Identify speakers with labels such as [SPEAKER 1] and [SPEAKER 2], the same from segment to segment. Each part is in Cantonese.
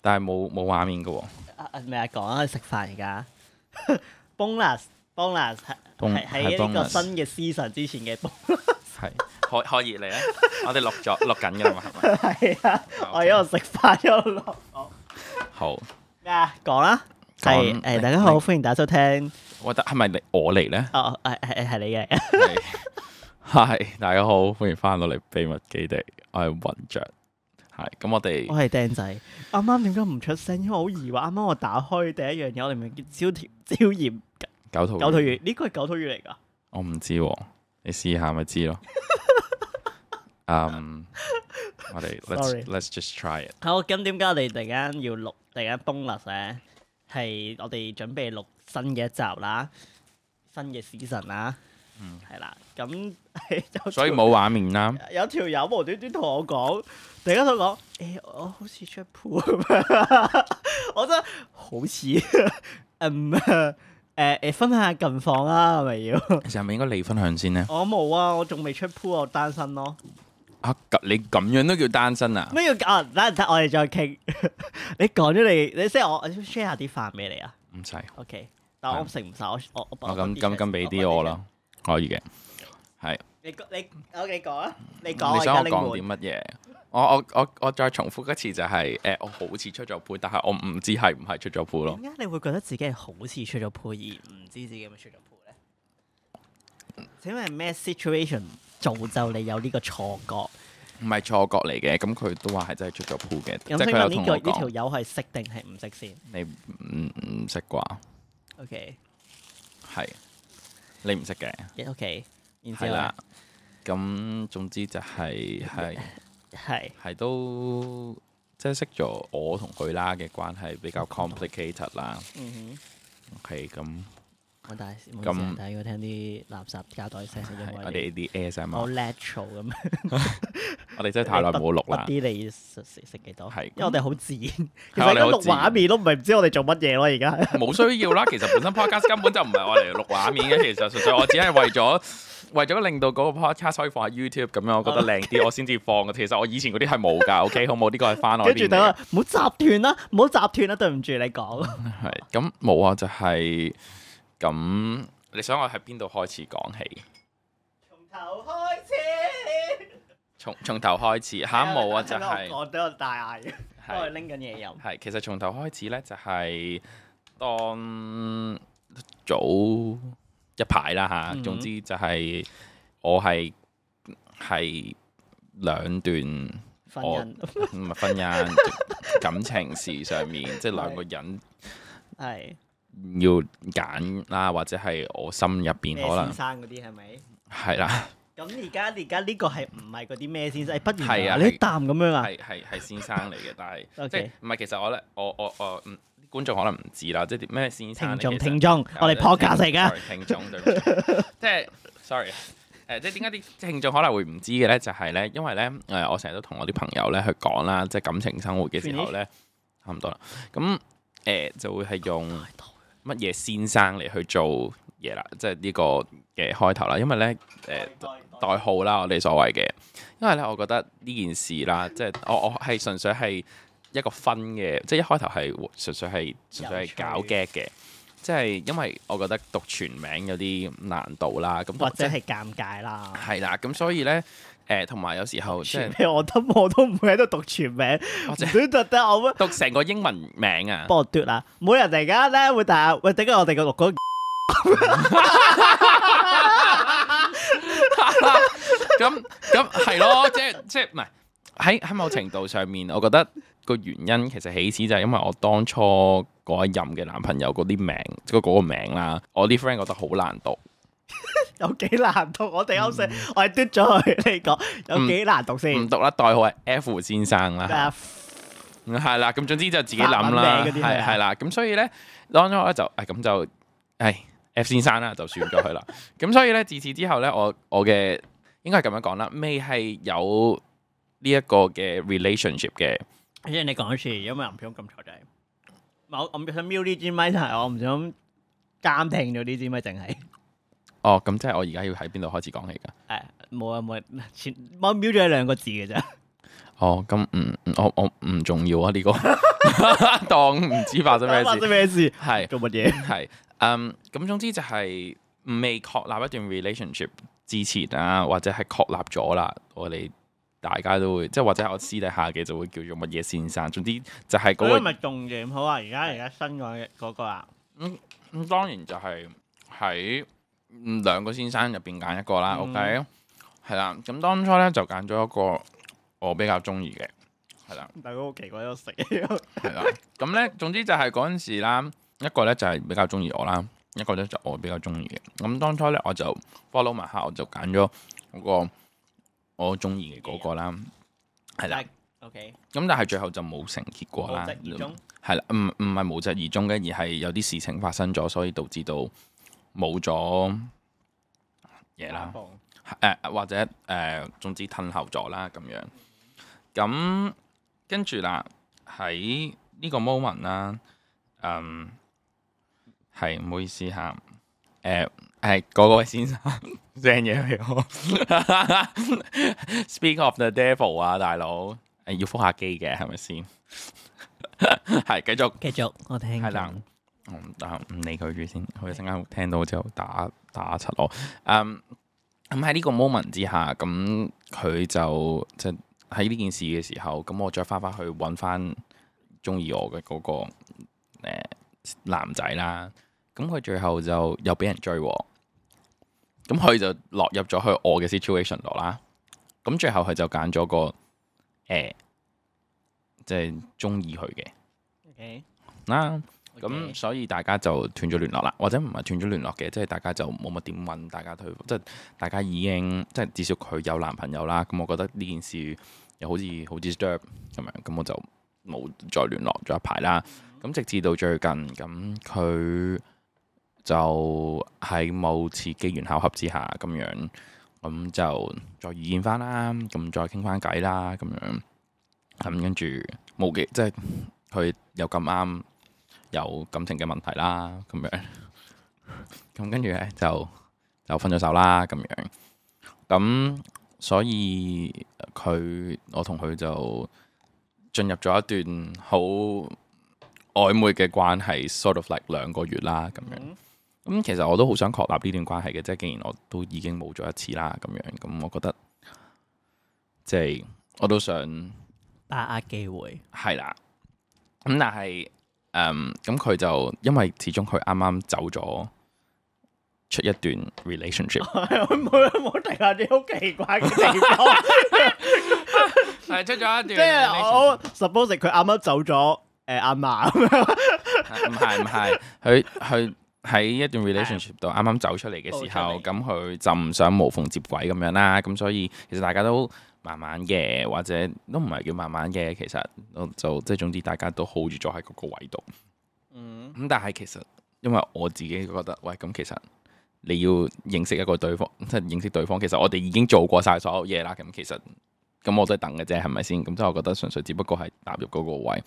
[SPEAKER 1] 但係冇冇畫面嘅喎。
[SPEAKER 2] 啊唔係啊，講啊，食飯而家 bonus bonus 係
[SPEAKER 1] bon-
[SPEAKER 2] 係喺呢個
[SPEAKER 1] bonus
[SPEAKER 2] 新嘅 season 之前嘅 bonus
[SPEAKER 1] 係可可以嚟 咧，我哋錄咗錄緊㗎啦嘛，係咪？
[SPEAKER 2] 係啊，
[SPEAKER 1] 哦
[SPEAKER 2] 我喺度食飯一路落我
[SPEAKER 1] 好，
[SPEAKER 2] 咩啊？講啦，係
[SPEAKER 1] 講
[SPEAKER 2] 誒，
[SPEAKER 1] 你
[SPEAKER 2] 大家好，歡迎大家收聽。
[SPEAKER 1] 我覺得係咪你我嚟咧？
[SPEAKER 2] 哦，係係係你嘅，
[SPEAKER 1] 係 係大家好，歡迎翻到嚟秘密基地，我係雲雀。係咁，我
[SPEAKER 2] 我
[SPEAKER 1] 哋
[SPEAKER 2] 係釘仔。啱啱點解唔出聲？因為我好疑惑。啱啱我打開第一樣嘢，我哋咪叫椒條椒鹽
[SPEAKER 1] 九套
[SPEAKER 2] 九肚，魚，呢個係九肚魚嚟㗎。
[SPEAKER 1] 我唔知喎，你試下咪知咯。 嗯，我哋
[SPEAKER 2] Sorry
[SPEAKER 1] let's let's just try it。
[SPEAKER 2] 好，咁點解我哋突然間要錄突然間 bonus 咧？係我哋準備錄新嘅一集啦，新嘅 season 啦，嗯，係啦， 咁有
[SPEAKER 1] 所以
[SPEAKER 2] 條
[SPEAKER 1] 冇畫面 啦，
[SPEAKER 2] 有條友無端端同我講，突然間同我講，誒、我好似出 pool 咁樣，我真係好 似， 嗯，誒、誒，分享下近況啦，係咪要？
[SPEAKER 1] 其實係咪應該你分享先呢？
[SPEAKER 2] 我冇啊，我仲未出 pool，我單身咯。
[SPEAKER 1] 啊，咁你咁樣都叫單身啊？
[SPEAKER 2] 咩叫啊？等陣等，我哋再 傾。你講咗你，你即係我我 share 下啲飯俾你啊。
[SPEAKER 1] 唔使。
[SPEAKER 2] OK，但我食唔晒，我我
[SPEAKER 1] 我
[SPEAKER 2] 我
[SPEAKER 1] 咁咁咁俾啲我。啦，可以嘅。係，
[SPEAKER 2] 你講你我你講啊，你講
[SPEAKER 1] 你
[SPEAKER 2] 而
[SPEAKER 1] 想
[SPEAKER 2] 家
[SPEAKER 1] 我
[SPEAKER 2] 拎
[SPEAKER 1] 講啲
[SPEAKER 2] 碗。
[SPEAKER 1] 乜嘢？我我我我再重複一次就係、誒、我好似出咗杯，但係我唔知係唔係出咗杯咯
[SPEAKER 2] 點。解你會覺得自己係好似出咗配，而唔知自己有冇出咗配咧？請問係咩 situation 造就你有呢個錯覺？
[SPEAKER 1] 唔係錯覺嚟嘅，咁佢都話係真係出咗杯嘅，即
[SPEAKER 2] 咁
[SPEAKER 1] 係
[SPEAKER 2] 請
[SPEAKER 1] 佢有
[SPEAKER 2] 問
[SPEAKER 1] 同
[SPEAKER 2] 呢個
[SPEAKER 1] 我
[SPEAKER 2] 呢條
[SPEAKER 1] 講，
[SPEAKER 2] 友係識定係唔識先
[SPEAKER 1] 你唔唔識啩？
[SPEAKER 2] ？OK，
[SPEAKER 1] 係你唔識嘅，
[SPEAKER 2] 一 OK，然之
[SPEAKER 1] 係
[SPEAKER 2] 後
[SPEAKER 1] 啦
[SPEAKER 2] 呢。
[SPEAKER 1] 咁總之就係係
[SPEAKER 2] 係
[SPEAKER 1] 係都即係識咗我同佢啦嘅關係比較 complicated 啦。
[SPEAKER 2] 嗯嗯哼。
[SPEAKER 1] OK，咁
[SPEAKER 2] 我但係
[SPEAKER 1] 咁
[SPEAKER 2] 冇事啊，但係要聽啲垃圾膠袋聲，
[SPEAKER 1] 係
[SPEAKER 2] 因
[SPEAKER 1] 我
[SPEAKER 2] 為
[SPEAKER 1] 哋呢啲 S 啊
[SPEAKER 2] 你
[SPEAKER 1] 嘛
[SPEAKER 2] 好，natural 咁樣。
[SPEAKER 1] 我哋真係太耐冇錄啦
[SPEAKER 2] 不。知你食食食幾多？
[SPEAKER 1] 係
[SPEAKER 2] 因為我哋好自然。其
[SPEAKER 1] 我
[SPEAKER 2] 實而
[SPEAKER 1] 哋
[SPEAKER 2] 家
[SPEAKER 1] 好
[SPEAKER 2] 錄
[SPEAKER 1] 自然
[SPEAKER 2] 畫面都唔係唔知我哋做乜嘢咯，而家。
[SPEAKER 1] 冇需要啦，其實本身 podcast 根本就唔係我嚟錄畫面嘅，其實純粹我只係為咗 為咗令到嗰個 podcast 可以放喺 YouTube 咁樣，我覺得靚啲，我先至放嘅。其實我以前嗰啲係冇 㗎，OK 好冇？呢個係翻我
[SPEAKER 2] 跟住
[SPEAKER 1] 邊
[SPEAKER 2] 等啊我
[SPEAKER 1] 嘅，
[SPEAKER 2] 唔好集斷啦，唔好集斷啦，對唔住 你講。
[SPEAKER 1] 係咁冇啊，就係、咁。你想我喺邊度開始講起？
[SPEAKER 2] 從頭開始。
[SPEAKER 1] 從從頭開始嚇冇啊，就係、
[SPEAKER 2] 我都有大嗌嘅，
[SPEAKER 1] 係
[SPEAKER 2] 我哋拎緊嘢飲。
[SPEAKER 1] 係，其實從頭開始咧，就係、當早一排啦吓，
[SPEAKER 2] 嗯
[SPEAKER 1] 總之就係我係係兩段唔
[SPEAKER 2] 婚姻
[SPEAKER 1] 係婚姻感情事上面，即係兩個人
[SPEAKER 2] 係
[SPEAKER 1] 要揀啦，或者係我心入邊
[SPEAKER 2] 咩
[SPEAKER 1] 可能
[SPEAKER 2] 先生嗰啲係咪？
[SPEAKER 1] 係啦，
[SPEAKER 2] 咁而家而家呢個係唔係嗰啲咩先生？誒不如
[SPEAKER 1] 係啊
[SPEAKER 2] 你
[SPEAKER 1] 係
[SPEAKER 2] 一啖咁樣啊？
[SPEAKER 1] 係係係先生嚟嘅， 但係
[SPEAKER 2] OK
[SPEAKER 1] 即係唔係其實我咧，我我我嗯觀眾可能唔知啦，即係咩先生
[SPEAKER 2] 聽
[SPEAKER 1] 呢其
[SPEAKER 2] 眾
[SPEAKER 1] 實
[SPEAKER 2] 聽眾，我哋 podcast 嚟㗎。
[SPEAKER 1] 啊 Sorry，聽眾 對唔住，即係 sorry。誒，即係點解啲聽眾可能會唔知嘅咧？就係咧，因為咧，誒，我成日都同我啲朋友咧去講啦，即係感情生活嘅時候咧，差唔多啦。咁誒就會係用
[SPEAKER 2] Oh
[SPEAKER 1] 乜嘢先生嚟去做嘢啦，即係呢個嘅開頭啦。因為咧，誒代號啦，我哋所謂嘅，因為咧，我覺得呢件事啦，即係我我係純粹係一個分嘅，即係一開頭係純粹係純粹係搞
[SPEAKER 2] 有趣
[SPEAKER 1] get 嘅。即係因為我覺得讀全名有啲難度啦，咁
[SPEAKER 2] 或者
[SPEAKER 1] 即係
[SPEAKER 2] 係尷尬啦。
[SPEAKER 1] 係啦，咁所以咧，誒同埋有時候即
[SPEAKER 2] 全
[SPEAKER 1] 係
[SPEAKER 2] 名我都我都唔會喺度讀全名，
[SPEAKER 1] 或
[SPEAKER 2] 唔
[SPEAKER 1] 者
[SPEAKER 2] 使特登我
[SPEAKER 1] 讀成個英文名啊，
[SPEAKER 2] 幫我嘟啦。每人突然間咧會大喂，點解我哋個錄嗰個
[SPEAKER 1] 咁咁係咯，即係即係唔係喺喺某程度上面，我覺得個原因其實起始就係因為我當初嗰一任嘅男朋友嗰啲名，即係嗰個名啦，我啲 friend 覺得好難讀，
[SPEAKER 2] 有幾難讀？我哋啱先我係嘟咗佢，你講有幾難讀
[SPEAKER 1] 唔
[SPEAKER 2] 先？
[SPEAKER 1] 讀啦，代號係 F 先生啦。
[SPEAKER 2] 啊
[SPEAKER 1] 係啦，咁總之就自己諗
[SPEAKER 2] 法
[SPEAKER 1] 啦，
[SPEAKER 2] 文名嗰啲係
[SPEAKER 1] 係
[SPEAKER 2] 咪啊
[SPEAKER 1] 係啦，咁所以咧，當咗咧就誒咁就誒 F 先生啦，就算咗 佢啦。咁所以咧，自此之後咧，我我嘅應該係咁樣講啦，未係有呢一個嘅 relationship 嘅，
[SPEAKER 2] 即係你講一次，因為我唔想撳錯掣。唔係我我唔想瞄呢支咪，但係我唔想監聽咗呢支咪，淨係
[SPEAKER 1] 哦，咁即係我而家要喺邊度開始講起㗎？
[SPEAKER 2] 誒冇啊冇啊，前我瞄咗一兩個字嘅啫。
[SPEAKER 1] 哦，咁唔、嗯我我唔重要啊呢、個， 當唔知發生咩
[SPEAKER 2] 發
[SPEAKER 1] 事
[SPEAKER 2] 生。 咩事？
[SPEAKER 1] 係
[SPEAKER 2] 做 乜嘢？
[SPEAKER 1] 係，嗯，咁總之就係未確立一段 relationship 之前啊，或者係確立咗啦，我哋大家都會，即係或者我私底下嘅就會叫做乜嘢先生。總之就係嗰、
[SPEAKER 2] 嗰個
[SPEAKER 1] 個，
[SPEAKER 2] 咪重點好啊！而家而家新嗰嗰個啊，
[SPEAKER 1] 咁當然就係喺嗯兩個先生入邊揀一個啦。
[SPEAKER 2] 嗯
[SPEAKER 1] OK，係啦。咁當初咧就揀咗一個我比較中意嘅，係啦。
[SPEAKER 2] 大哥好奇怪喺度食，
[SPEAKER 1] 系啦，咁咧，總之就係嗰阵时啦，一個咧就係比較中意我啦，一個咧就我比較中意嘅。咁當初咧我就 follow 埋下，我就揀咗嗰個我中意嘅嗰個啦，係啦。
[SPEAKER 2] O K，
[SPEAKER 1] 咁但係最後就冇成結果
[SPEAKER 2] 好
[SPEAKER 1] 啦，
[SPEAKER 2] 質疑中，
[SPEAKER 1] 係啦，唔唔係無疾而終嘅，而係有啲事情發生咗，所以導致到冇咗嘢啦。誒、呃或者誒、呃總之褪後咗啦咁樣。咁跟住啦，喺呢個 moment 啦，嗯，係唔好意思嚇，誒係嗰位先生 send 嘢俾我。Speak of the devil 啊，大佬，誒、要復下機嘅係咪先？係繼續。
[SPEAKER 2] 繼續我聽
[SPEAKER 1] 係啦嗯但係唔理佢住先，佢一陣間聽到之後打打柒我。嗯，咁喺呢個 moment 之下，咁佢就即係喺呢件事嘅時候，咁我再翻翻去揾翻中意我嘅嗰、個、呃、男仔啦。咁佢最後就又俾人追喎，咁佢就落入咗去我嘅 situation 度啦。咁最後佢就揀咗個誒、呃即係中意佢嘅
[SPEAKER 2] ，O K，
[SPEAKER 1] 啦。咁所以大家就斷咗聯絡啦，或者唔係斷咗聯絡嘅，即係大家就冇乜點揾大家退，即係大家已經即係至少佢有男朋友啦。咁我覺得呢件事又好似好 disturb 咁樣，咁我就冇再聯絡咗一排啦。咁直至到最近，咁佢就喺某次機緣巧合之下咁樣，咁就再遇見翻啦，咁再傾翻偈啦，咁樣咁跟住冇幾即係佢又咁啱。有感情嘅問題啦，咁樣， 咁跟住咧就就分咗手啦，咁樣，咁所以呃佢我同佢就進入咗一段好曖昧嘅關係，sort of like 兩個月啦，咁樣。咁、其實我都好想確立呢段關係嘅，即係既然我都已經冇咗一次啦，咁樣，咁我覺得即係我都想。
[SPEAKER 2] 把握機會，
[SPEAKER 1] 係啦。咁但係，嗯，咁佢就因為始終佢啱啱走咗出一段 relationship，
[SPEAKER 2] 我冇冇提下啲好奇怪嘅地 方。
[SPEAKER 1] 係出咗一段，即
[SPEAKER 2] 即係我 suppose 佢啱啱走咗誒阿嫲咁樣，
[SPEAKER 1] 唔係唔係，佢佢喺一段 relationship 度啱啱走哦出嚟嘅時候，
[SPEAKER 2] 冇出嚟
[SPEAKER 1] 咁佢就唔想無縫接軌咁樣啦。咁所以其實大家都慢慢嘅，或者都唔係叫慢慢嘅，其實我就即係總之大家都 hold 住咗喺嗰個位度。
[SPEAKER 2] 嗯，
[SPEAKER 1] 咁但係其實因為我自己覺得，喂，咁其實你要認識一個對方，即係認識對方，其實我哋已經做過晒所有嘢啦。咁其實咁我都係等嘅啫，係咪先？咁即係我覺得純粹只不過係踏入嗰個位。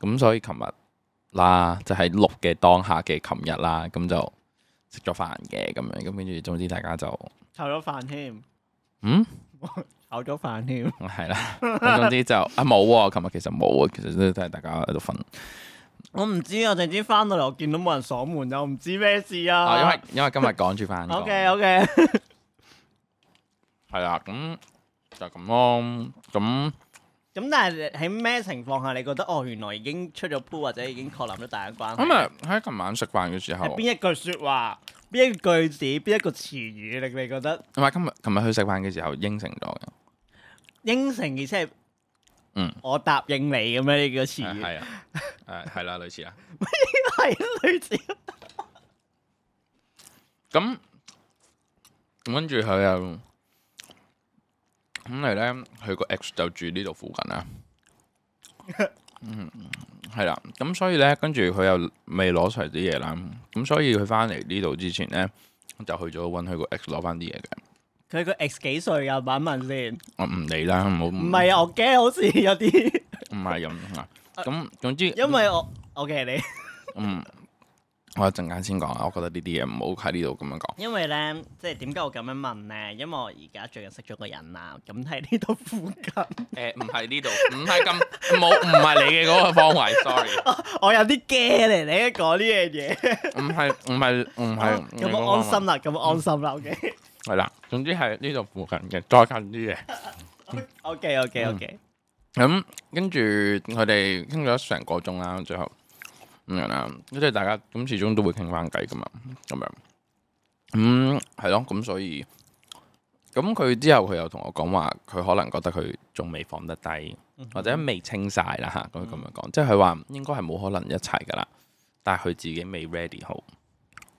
[SPEAKER 1] 咁所以琴日啦，就係錄嘅當下嘅琴日啦，咁就食咗飯嘅咁樣，咁跟住總之大家就
[SPEAKER 2] 炒咗飯添，
[SPEAKER 1] 嗯。
[SPEAKER 2] 炒咗飯添，
[SPEAKER 1] 系啦，咁總之就啊冇喎，琴日其實冇啊，其實都都係大家喺度瞓。
[SPEAKER 2] 我唔知啊，淨知翻到嚟我見到冇人鎖門，又唔知咩事
[SPEAKER 1] 啊，因
[SPEAKER 2] 啊
[SPEAKER 1] 為。因為今日趕住翻
[SPEAKER 2] O K O K，
[SPEAKER 1] 係啦，咁就咁咯。咁
[SPEAKER 2] 咁但係喺咩情況下你覺得哦原來已經出咗 pool 或者已經確立咗大家關係？
[SPEAKER 1] 咁啊喺琴晚食飯嘅時候，
[SPEAKER 2] 係
[SPEAKER 1] 唔
[SPEAKER 2] 邊一句説話？邊一句子？邊一個詞語令你覺得
[SPEAKER 1] 係今日琴日去食飯嘅時候應承咗嘅，
[SPEAKER 2] 應承而且係
[SPEAKER 1] 嗯
[SPEAKER 2] 我答應你咁樣呢個詞
[SPEAKER 1] 係
[SPEAKER 2] 語
[SPEAKER 1] 係啊，誒係啦，類似啊啦。
[SPEAKER 2] 係類似
[SPEAKER 1] 咁咁跟住佢又咁嚟咧，佢個 ex 就住呢度附近啦。嗯，係啦。咁所以咧，跟住佢又未攞齊啲嘢啦。咁所以佢翻嚟呢度之前咧，就去咗揾佢個 ex 攞翻啲嘢嘅。
[SPEAKER 2] 佢個 ex 幾歲啊？問一問先。
[SPEAKER 1] 我唔理啦，唔好
[SPEAKER 2] 唔係啊，啊我驚好似有啲，
[SPEAKER 1] 唔係咁啊。咁總之
[SPEAKER 2] 因為我 OK 你
[SPEAKER 1] 嗯，我一陣間先講啦，我覺得呢啲嘢唔好喺呢度咁樣講。
[SPEAKER 2] 因為咧，即係點解我咁樣問咧？因為我而家最近識咗個人啦，咁喺呢度附 近，
[SPEAKER 1] 誒唔係呢度，唔係咁冇，唔係你嘅嗰個方 位，sorry，
[SPEAKER 2] 我有啲驚嚟，你一講呢樣嘢，
[SPEAKER 1] 唔係唔係唔 係你嗰
[SPEAKER 2] 咁
[SPEAKER 1] 個
[SPEAKER 2] 我
[SPEAKER 1] 方
[SPEAKER 2] 安心
[SPEAKER 1] 位
[SPEAKER 2] 啦，咁我安心啦，OK，OK，OK，OK。
[SPEAKER 1] 係啦，總之係呢度附近嘅，再近啲嘅。嗯咁跟住佢哋傾咗成個鐘啦，最後咁樣啦，跟住大家咁始終都會傾翻偈噶嘛，咁樣，咁嗯係咯，咁所以，咁佢之後佢又同我講話，佢可能覺得佢仲未放得低，或者未清晒啦吓，咁佢咁樣講，即係佢話應該係冇可能一齊噶啦，但係佢自己未 ready 好，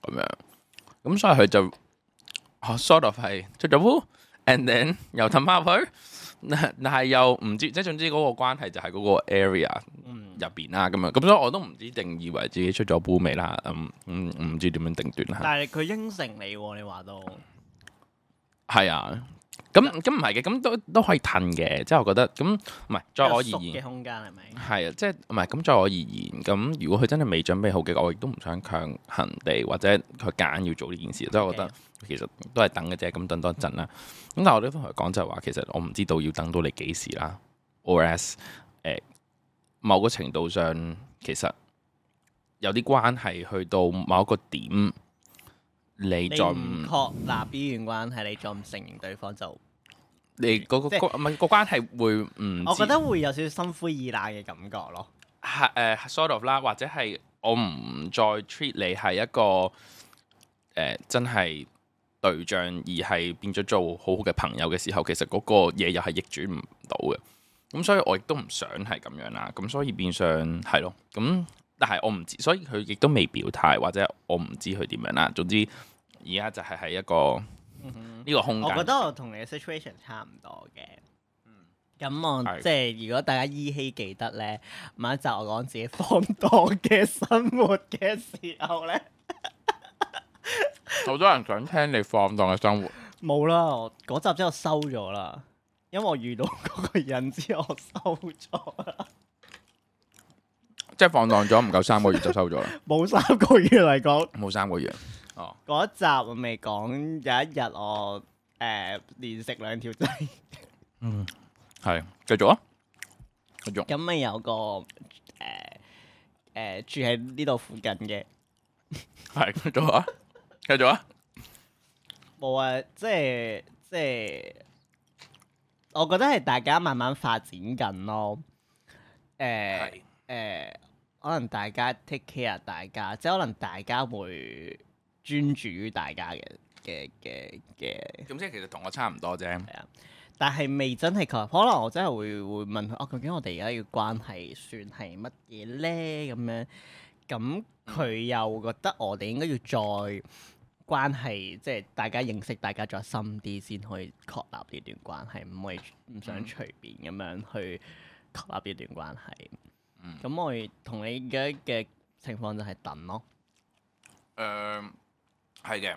[SPEAKER 1] 咁樣，咁所以佢就，啊，sort of 係出咗鋪，and then 又氹翻入去。但 但係又唔知，即係總之嗰個關係就係嗰個 area
[SPEAKER 2] 嗯
[SPEAKER 1] 入邊啦，咁樣咁所以我都唔知定義為自己出咗煲未啦，嗯嗯唔知點樣定斷啦，
[SPEAKER 2] 但係佢應承你喎，你話到，
[SPEAKER 1] 係啊，咁咁唔係嘅，咁都都可以褪嘅，即係我覺得咁唔係，在我而
[SPEAKER 2] 有縮嘅
[SPEAKER 1] 言
[SPEAKER 2] 空間係咪？
[SPEAKER 1] 係啊，即係唔係咁在我而言，咁如果佢真係未準備好嘅，我亦都唔想強行地或者佢揀要做呢件事，即係我覺得其實都係等嘅啫，咁等多一陣啦。咁但係我都同佢講就係話，其實我唔知道要等到你幾時啦。or as 誒、某個程度上，其實有啲關係去到某一個點，你
[SPEAKER 2] 你
[SPEAKER 1] 再
[SPEAKER 2] 唔
[SPEAKER 1] 唔
[SPEAKER 2] 確立醫院關係，你再唔承認對方就，
[SPEAKER 1] 你嗰、個
[SPEAKER 2] 即係
[SPEAKER 1] 關唔係個關係會唔知？
[SPEAKER 2] 我覺得會有少少心灰意冷嘅感覺咯。
[SPEAKER 1] 係誒、sort of 啦，或者係我唔再 treat 你係一個誒、真係對象，而係變咗做好好嘅朋友嘅時候，其實嗰個嘢又係逆轉唔到嘅。咁所以我亦都唔想係咁樣啦。咁所以變相係咯。咁但係我唔知，所以佢亦都未表態，或者我唔知佢點樣啦。總之而家就係喺一個呢、個空間。
[SPEAKER 2] 嗯我覺得我同你嘅 situation 差唔多嘅。咁我
[SPEAKER 1] 係
[SPEAKER 2] 即係如果大家依稀記得咧，某一集我講自己荒蕩嘅生活嘅時候咧，
[SPEAKER 1] 好多人想聽你放蕩嘅生活。
[SPEAKER 2] 冇啦，我嗰集之後收咗啦，因為我遇到嗰個人之後我收咗啦，
[SPEAKER 1] 即係放蕩咗唔夠三個月就收咗啦，
[SPEAKER 2] 冇三個月嚟講。
[SPEAKER 1] 冇三個月。哦，
[SPEAKER 2] 嗰一集我未講，有一日我誒、呃、連食兩條仔，
[SPEAKER 1] 係繼續啊，繼續。
[SPEAKER 2] 咁咪有個誒誒、呃呃住喺呢度附近嘅，
[SPEAKER 1] 系繼續啊，繼續啊，
[SPEAKER 2] 冇啊，即係即係，我覺得係大家慢慢發展緊咯。誒、誒、可能大家 take care 大家，即係可能大家會專注於大家嘅嘅嘅嘅。
[SPEAKER 1] 咁即係其實同我差唔多啫。
[SPEAKER 2] 但係未真係確立，可能我真係會會問佢，哦，究竟我哋而家嘅關係算係乜嘢咧？咁樣，咁佢又覺得我哋應該要再關係，即係大家認識大家再深啲，先可以確立呢段關係，唔可以唔想隨便咁樣去確立呢段關係。
[SPEAKER 1] 嗯
[SPEAKER 2] 咁、我哋同你嘅嘅情況就係等咯。
[SPEAKER 1] 誒係嘅，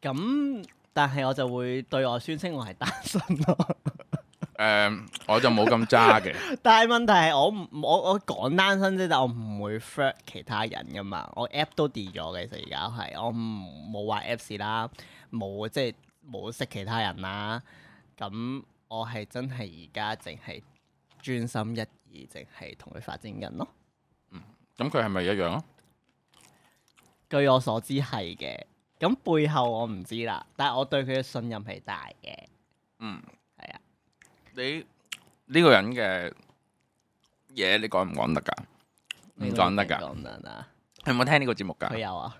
[SPEAKER 2] 咁但係我就會對外宣稱我係單身咯。
[SPEAKER 1] 誒我就冇咁渣 嘅，
[SPEAKER 2] 但係問題係我唔我我講單身啫，但我唔會 flirt 其他人噶嘛。我 app 都 delete 咗嘅，其實而家係我唔冇話 apps 啦，冇即係冇識其他人啦。咁我係真係而家淨係專心一意，淨係同佢發展緊咯。
[SPEAKER 1] 咁佢係咪一樣咯？
[SPEAKER 2] 據我所知係嘅，咁背後我唔知啦，但係我對佢嘅信任係大嘅。
[SPEAKER 1] 嗯，
[SPEAKER 2] 係啊。
[SPEAKER 1] 你呢個人嘅嘢，你講唔講得㗎？唔講嗯得㗎。
[SPEAKER 2] 講得啦，
[SPEAKER 1] 有冇聽呢個節目
[SPEAKER 2] 佢
[SPEAKER 1] 㗎？
[SPEAKER 2] 有啊，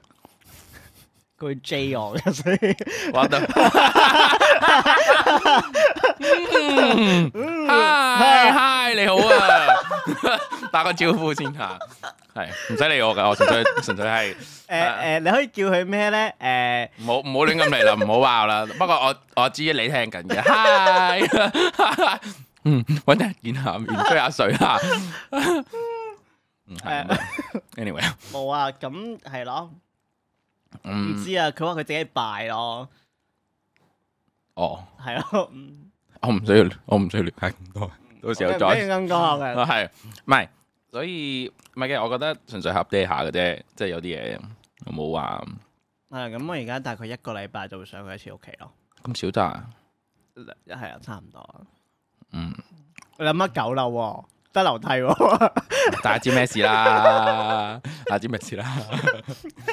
[SPEAKER 2] 佢 J 我嘅，所以。
[SPEAKER 1] 我 得。嗨嗨，你好 啊！打個招呼先嚇，係唔使理我㗎，我純粹純粹係。啊
[SPEAKER 2] 誒誒，你可以叫佢咩咧？誒
[SPEAKER 1] 唔好唔好亂咁嚟啦，唔好爆啦。不過我我知你聽緊嘅，hi，嗯，Ừ, 揾人見下面吹下水啦。嗯係咁樣，anyway，
[SPEAKER 2] 冇啊，咁係咯，唔
[SPEAKER 1] 嗯，
[SPEAKER 2] 知啊。佢話佢自己拜咯，
[SPEAKER 1] 哦，
[SPEAKER 2] 係咯，嗯
[SPEAKER 1] 我唔需要，我唔需要了解咁多，到時候
[SPEAKER 2] 我唔
[SPEAKER 1] 再
[SPEAKER 2] 一定咁講
[SPEAKER 1] 啊
[SPEAKER 2] 嘅。
[SPEAKER 1] 係唔係？所以唔係嘅，我覺得純粹 update 下嘅啫，即係有啲嘢有冇話
[SPEAKER 2] 啊，咁我而家大概一個禮拜就會上佢一次屋企咯，
[SPEAKER 1] 咁少啊咋？
[SPEAKER 2] 係啊，差唔多。
[SPEAKER 1] 嗯，
[SPEAKER 2] 你諗下九樓喎，得樓梯喎，
[SPEAKER 1] 大家知咩事 啦？大家知咩事啦？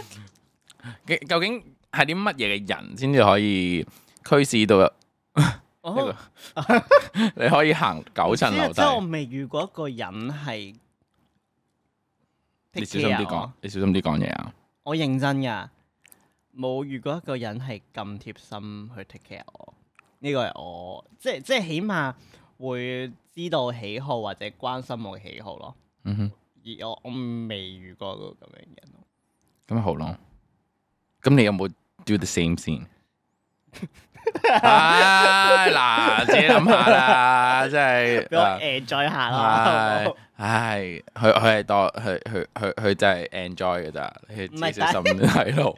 [SPEAKER 1] 究究竟係啲乜嘢嘅人先至可以驅使到哦一 個你可以行九層樓
[SPEAKER 2] 啊即
[SPEAKER 1] 梯？
[SPEAKER 2] 係我未遇過一個人係，
[SPEAKER 1] 你小心
[SPEAKER 2] 啊
[SPEAKER 1] 啲講，，你小心啲講嘢啊！
[SPEAKER 2] 我認真噶，冇遇過一個人係咁貼心去 take care 我。呢個係我即係即係起碼會知道喜好或者關心我嘅喜好咯。
[SPEAKER 1] 嗯哼，
[SPEAKER 2] 而我我未遇過一個咁樣嘅人咯。
[SPEAKER 1] 咁咪好咯。咁你有冇 do the same 先？唉，嗱，自己諗下啦，真係
[SPEAKER 2] 俾我
[SPEAKER 1] 啊
[SPEAKER 2] enjoy 下
[SPEAKER 1] 唉
[SPEAKER 2] 咯。
[SPEAKER 1] 唉，佢佢系當佢佢佢佢真係 enjoy 嘅咋，你
[SPEAKER 2] 唔
[SPEAKER 1] 自
[SPEAKER 2] 係
[SPEAKER 1] 己小心啲睇路。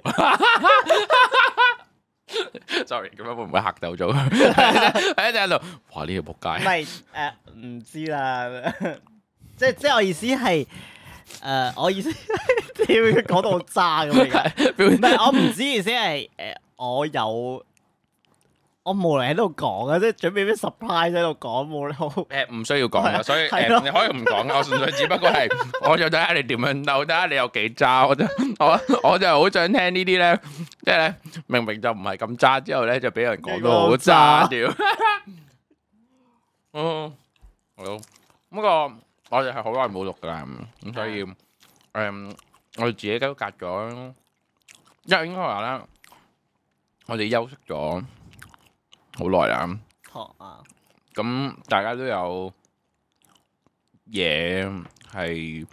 [SPEAKER 1] sorry，咁樣會唔會嚇到 咗佢？喺一陣喺度，哇呢條仆
[SPEAKER 2] 唔
[SPEAKER 1] 街，
[SPEAKER 2] 係誒，唔知啦。 即係即係我意思係誒，我意思屌佢講到好渣咁樣。唔
[SPEAKER 1] 表
[SPEAKER 2] 係，我唔知意思係誒，我有我無論喺度講啊，即係準備咩 surprise 喺度講，無論好
[SPEAKER 1] 誒唔需要講噶，所以
[SPEAKER 2] 係咯
[SPEAKER 1] 誒你可以唔講㗎我純粹只不過係我就睇下你點樣鬥，睇下你有幾渣。我就 我我就好想聽呢啲咧，即係咧明明就唔係咁渣，之後咧就俾人講到好渣屌。 嗯，好。不過我哋係好耐冇錄噶啦，咁所以誒、我哋自己都隔咗，因為應該話咧，我哋休息咗好耐啦。
[SPEAKER 2] 學啊，
[SPEAKER 1] 咁大家都有嘢係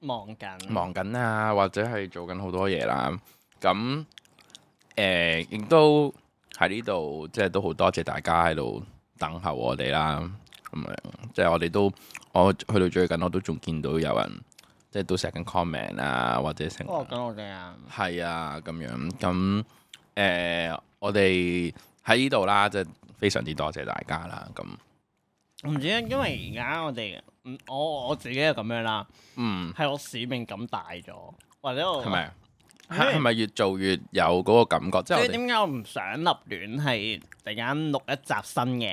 [SPEAKER 2] 望緊
[SPEAKER 1] 忙緊啊，或者係做緊好多嘢啦。咁誒，亦、都喺呢度，即係都好多謝大家喺度等候我哋啦。咁樣即係我哋都，我去到最近我都仲見到有人即係都寫緊 comment 啊，或者成
[SPEAKER 2] 幫我緊我哋啊，
[SPEAKER 1] 係啊，咁樣咁誒、呃我哋喺呢度啦，即係非常之多謝大家啦。咁
[SPEAKER 2] 唔知啊因為而家我哋嗯我我自己係咁樣啦，
[SPEAKER 1] 嗯。
[SPEAKER 2] 係我使命感大咗，或者我
[SPEAKER 1] 係？咪？
[SPEAKER 2] 因
[SPEAKER 1] 係
[SPEAKER 2] 為
[SPEAKER 1] 係咪越做越有嗰個感覺？即係
[SPEAKER 2] 所
[SPEAKER 1] 我
[SPEAKER 2] 以
[SPEAKER 1] 哋
[SPEAKER 2] 點解我唔想立亂係突然間錄一集新嘅？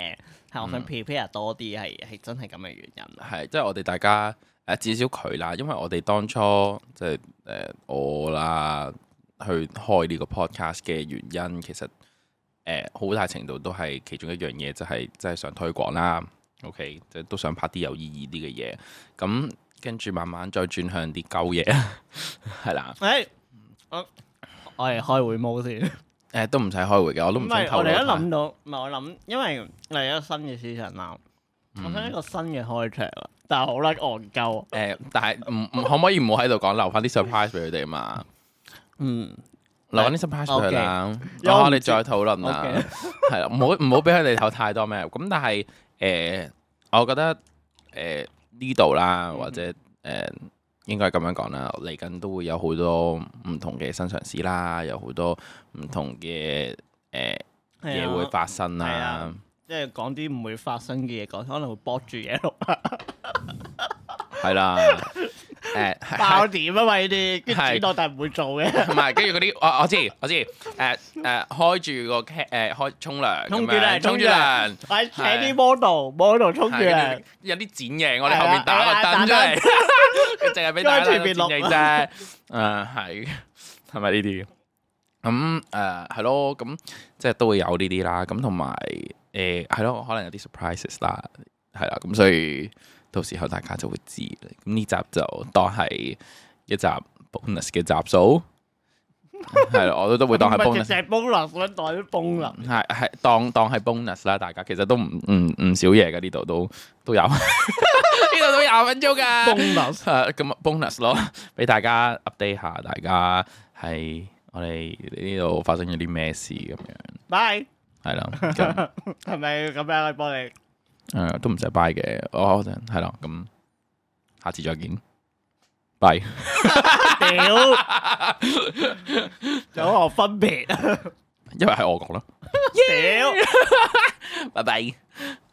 [SPEAKER 2] 係
[SPEAKER 1] 嗯
[SPEAKER 2] 我想 prepare 多啲，係係真係咁嘅原因啊咯。
[SPEAKER 1] 係即係我哋大家誒、呃至少佢啦，因為我哋當初即係誒我啦去開呢個 podcast 嘅原因，其實誒好、大程度都係其中一樣嘢，就係即係想推廣啦。OK，即係都想拍啲有意義啲嘅嘢，咁跟住慢慢再轉向啲鳩嘢， 係啦。
[SPEAKER 2] 誒，我我係開會冇先。
[SPEAKER 1] 誒、都唔使開會嘅，我都
[SPEAKER 2] 唔
[SPEAKER 1] 唔想
[SPEAKER 2] 係，
[SPEAKER 1] 透
[SPEAKER 2] 我
[SPEAKER 1] 露
[SPEAKER 2] 哋一
[SPEAKER 1] 太
[SPEAKER 2] 諗到，唔係我諗，因為嚟咗新嘅 season 啦，我想一個新嘅開場啊，但係好撚戇鳩啊。
[SPEAKER 1] 誒、但係唔唔可唔可以唔好喺度講，留翻啲 surprise 俾佢哋嘛？
[SPEAKER 2] 嗯，
[SPEAKER 1] 留翻啲 surprise 俾佢啦，
[SPEAKER 2] 有
[SPEAKER 1] 我
[SPEAKER 2] 唔
[SPEAKER 1] 我
[SPEAKER 2] 知
[SPEAKER 1] 哋再討論啦
[SPEAKER 2] OK，
[SPEAKER 1] 係啦，唔好唔好俾佢哋有太多咩。咁但係誒、呃我覺得誒呢度啦，
[SPEAKER 2] 嗯
[SPEAKER 1] 或者誒、呃、應該咁樣講啦，嚟緊都會有好多唔同嘅新嘗試啦，有好多唔同嘅誒
[SPEAKER 2] 係
[SPEAKER 1] 嘢
[SPEAKER 2] 啊
[SPEAKER 1] 會發生
[SPEAKER 2] 係
[SPEAKER 1] 啦
[SPEAKER 2] 啊。即係講啲唔會發生嘅嘢，講可能會搏住 嘢錄啊，
[SPEAKER 1] 係 啦，誒係係
[SPEAKER 2] 爆點啊嘛呢啲，跟
[SPEAKER 1] 係
[SPEAKER 2] 住轉落但係唔會做 嘅，
[SPEAKER 1] 同埋跟住嗰啲，我我知我知，誒誒開住個 ca 誒開沖涼咁樣，
[SPEAKER 2] 沖住涼，
[SPEAKER 1] 沖
[SPEAKER 2] 沖
[SPEAKER 1] 住
[SPEAKER 2] 住
[SPEAKER 1] 涼
[SPEAKER 2] 涼，，或者請啲 model model 沖住
[SPEAKER 1] 係跟
[SPEAKER 2] 涼
[SPEAKER 1] 住，有啲剪影，我哋後面打個燈出
[SPEAKER 2] 係
[SPEAKER 1] 嚟， 佢淨係俾大家睇到剪影啫。 誒係，係咪呢啲？咁誒係咯，咁即係都會有呢啲啦。咁同埋誒係咯，可能有啲 surprises 啦，係啦。咁所以到時候大家就會知啦。咁呢集就當係一集 bonus 嘅集數，係咯，我都都會當係
[SPEAKER 2] 唔係
[SPEAKER 1] bonus
[SPEAKER 2] 直。成 bonus，想袋啲 bonus。
[SPEAKER 1] 係係當當係 bonus 啦，大家其實都唔唔唔少嘢嘅，呢度都都 有，呢度都廿分鐘噶。
[SPEAKER 2] bonus
[SPEAKER 1] 誒 咁啊 bonus 咯，俾大家 update 下，大家係我哋呢度發生咗啲咩事咁樣，
[SPEAKER 2] bye
[SPEAKER 1] 係啦，咁
[SPEAKER 2] 係咪咁樣可以幫你？
[SPEAKER 1] 誒都唔使 bye 嘅，我係咯，咁下次再見，bye。
[SPEAKER 2] 屌，有何分別？
[SPEAKER 1] 因為係我講咯，
[SPEAKER 2] 屌。
[SPEAKER 1] 拜拜。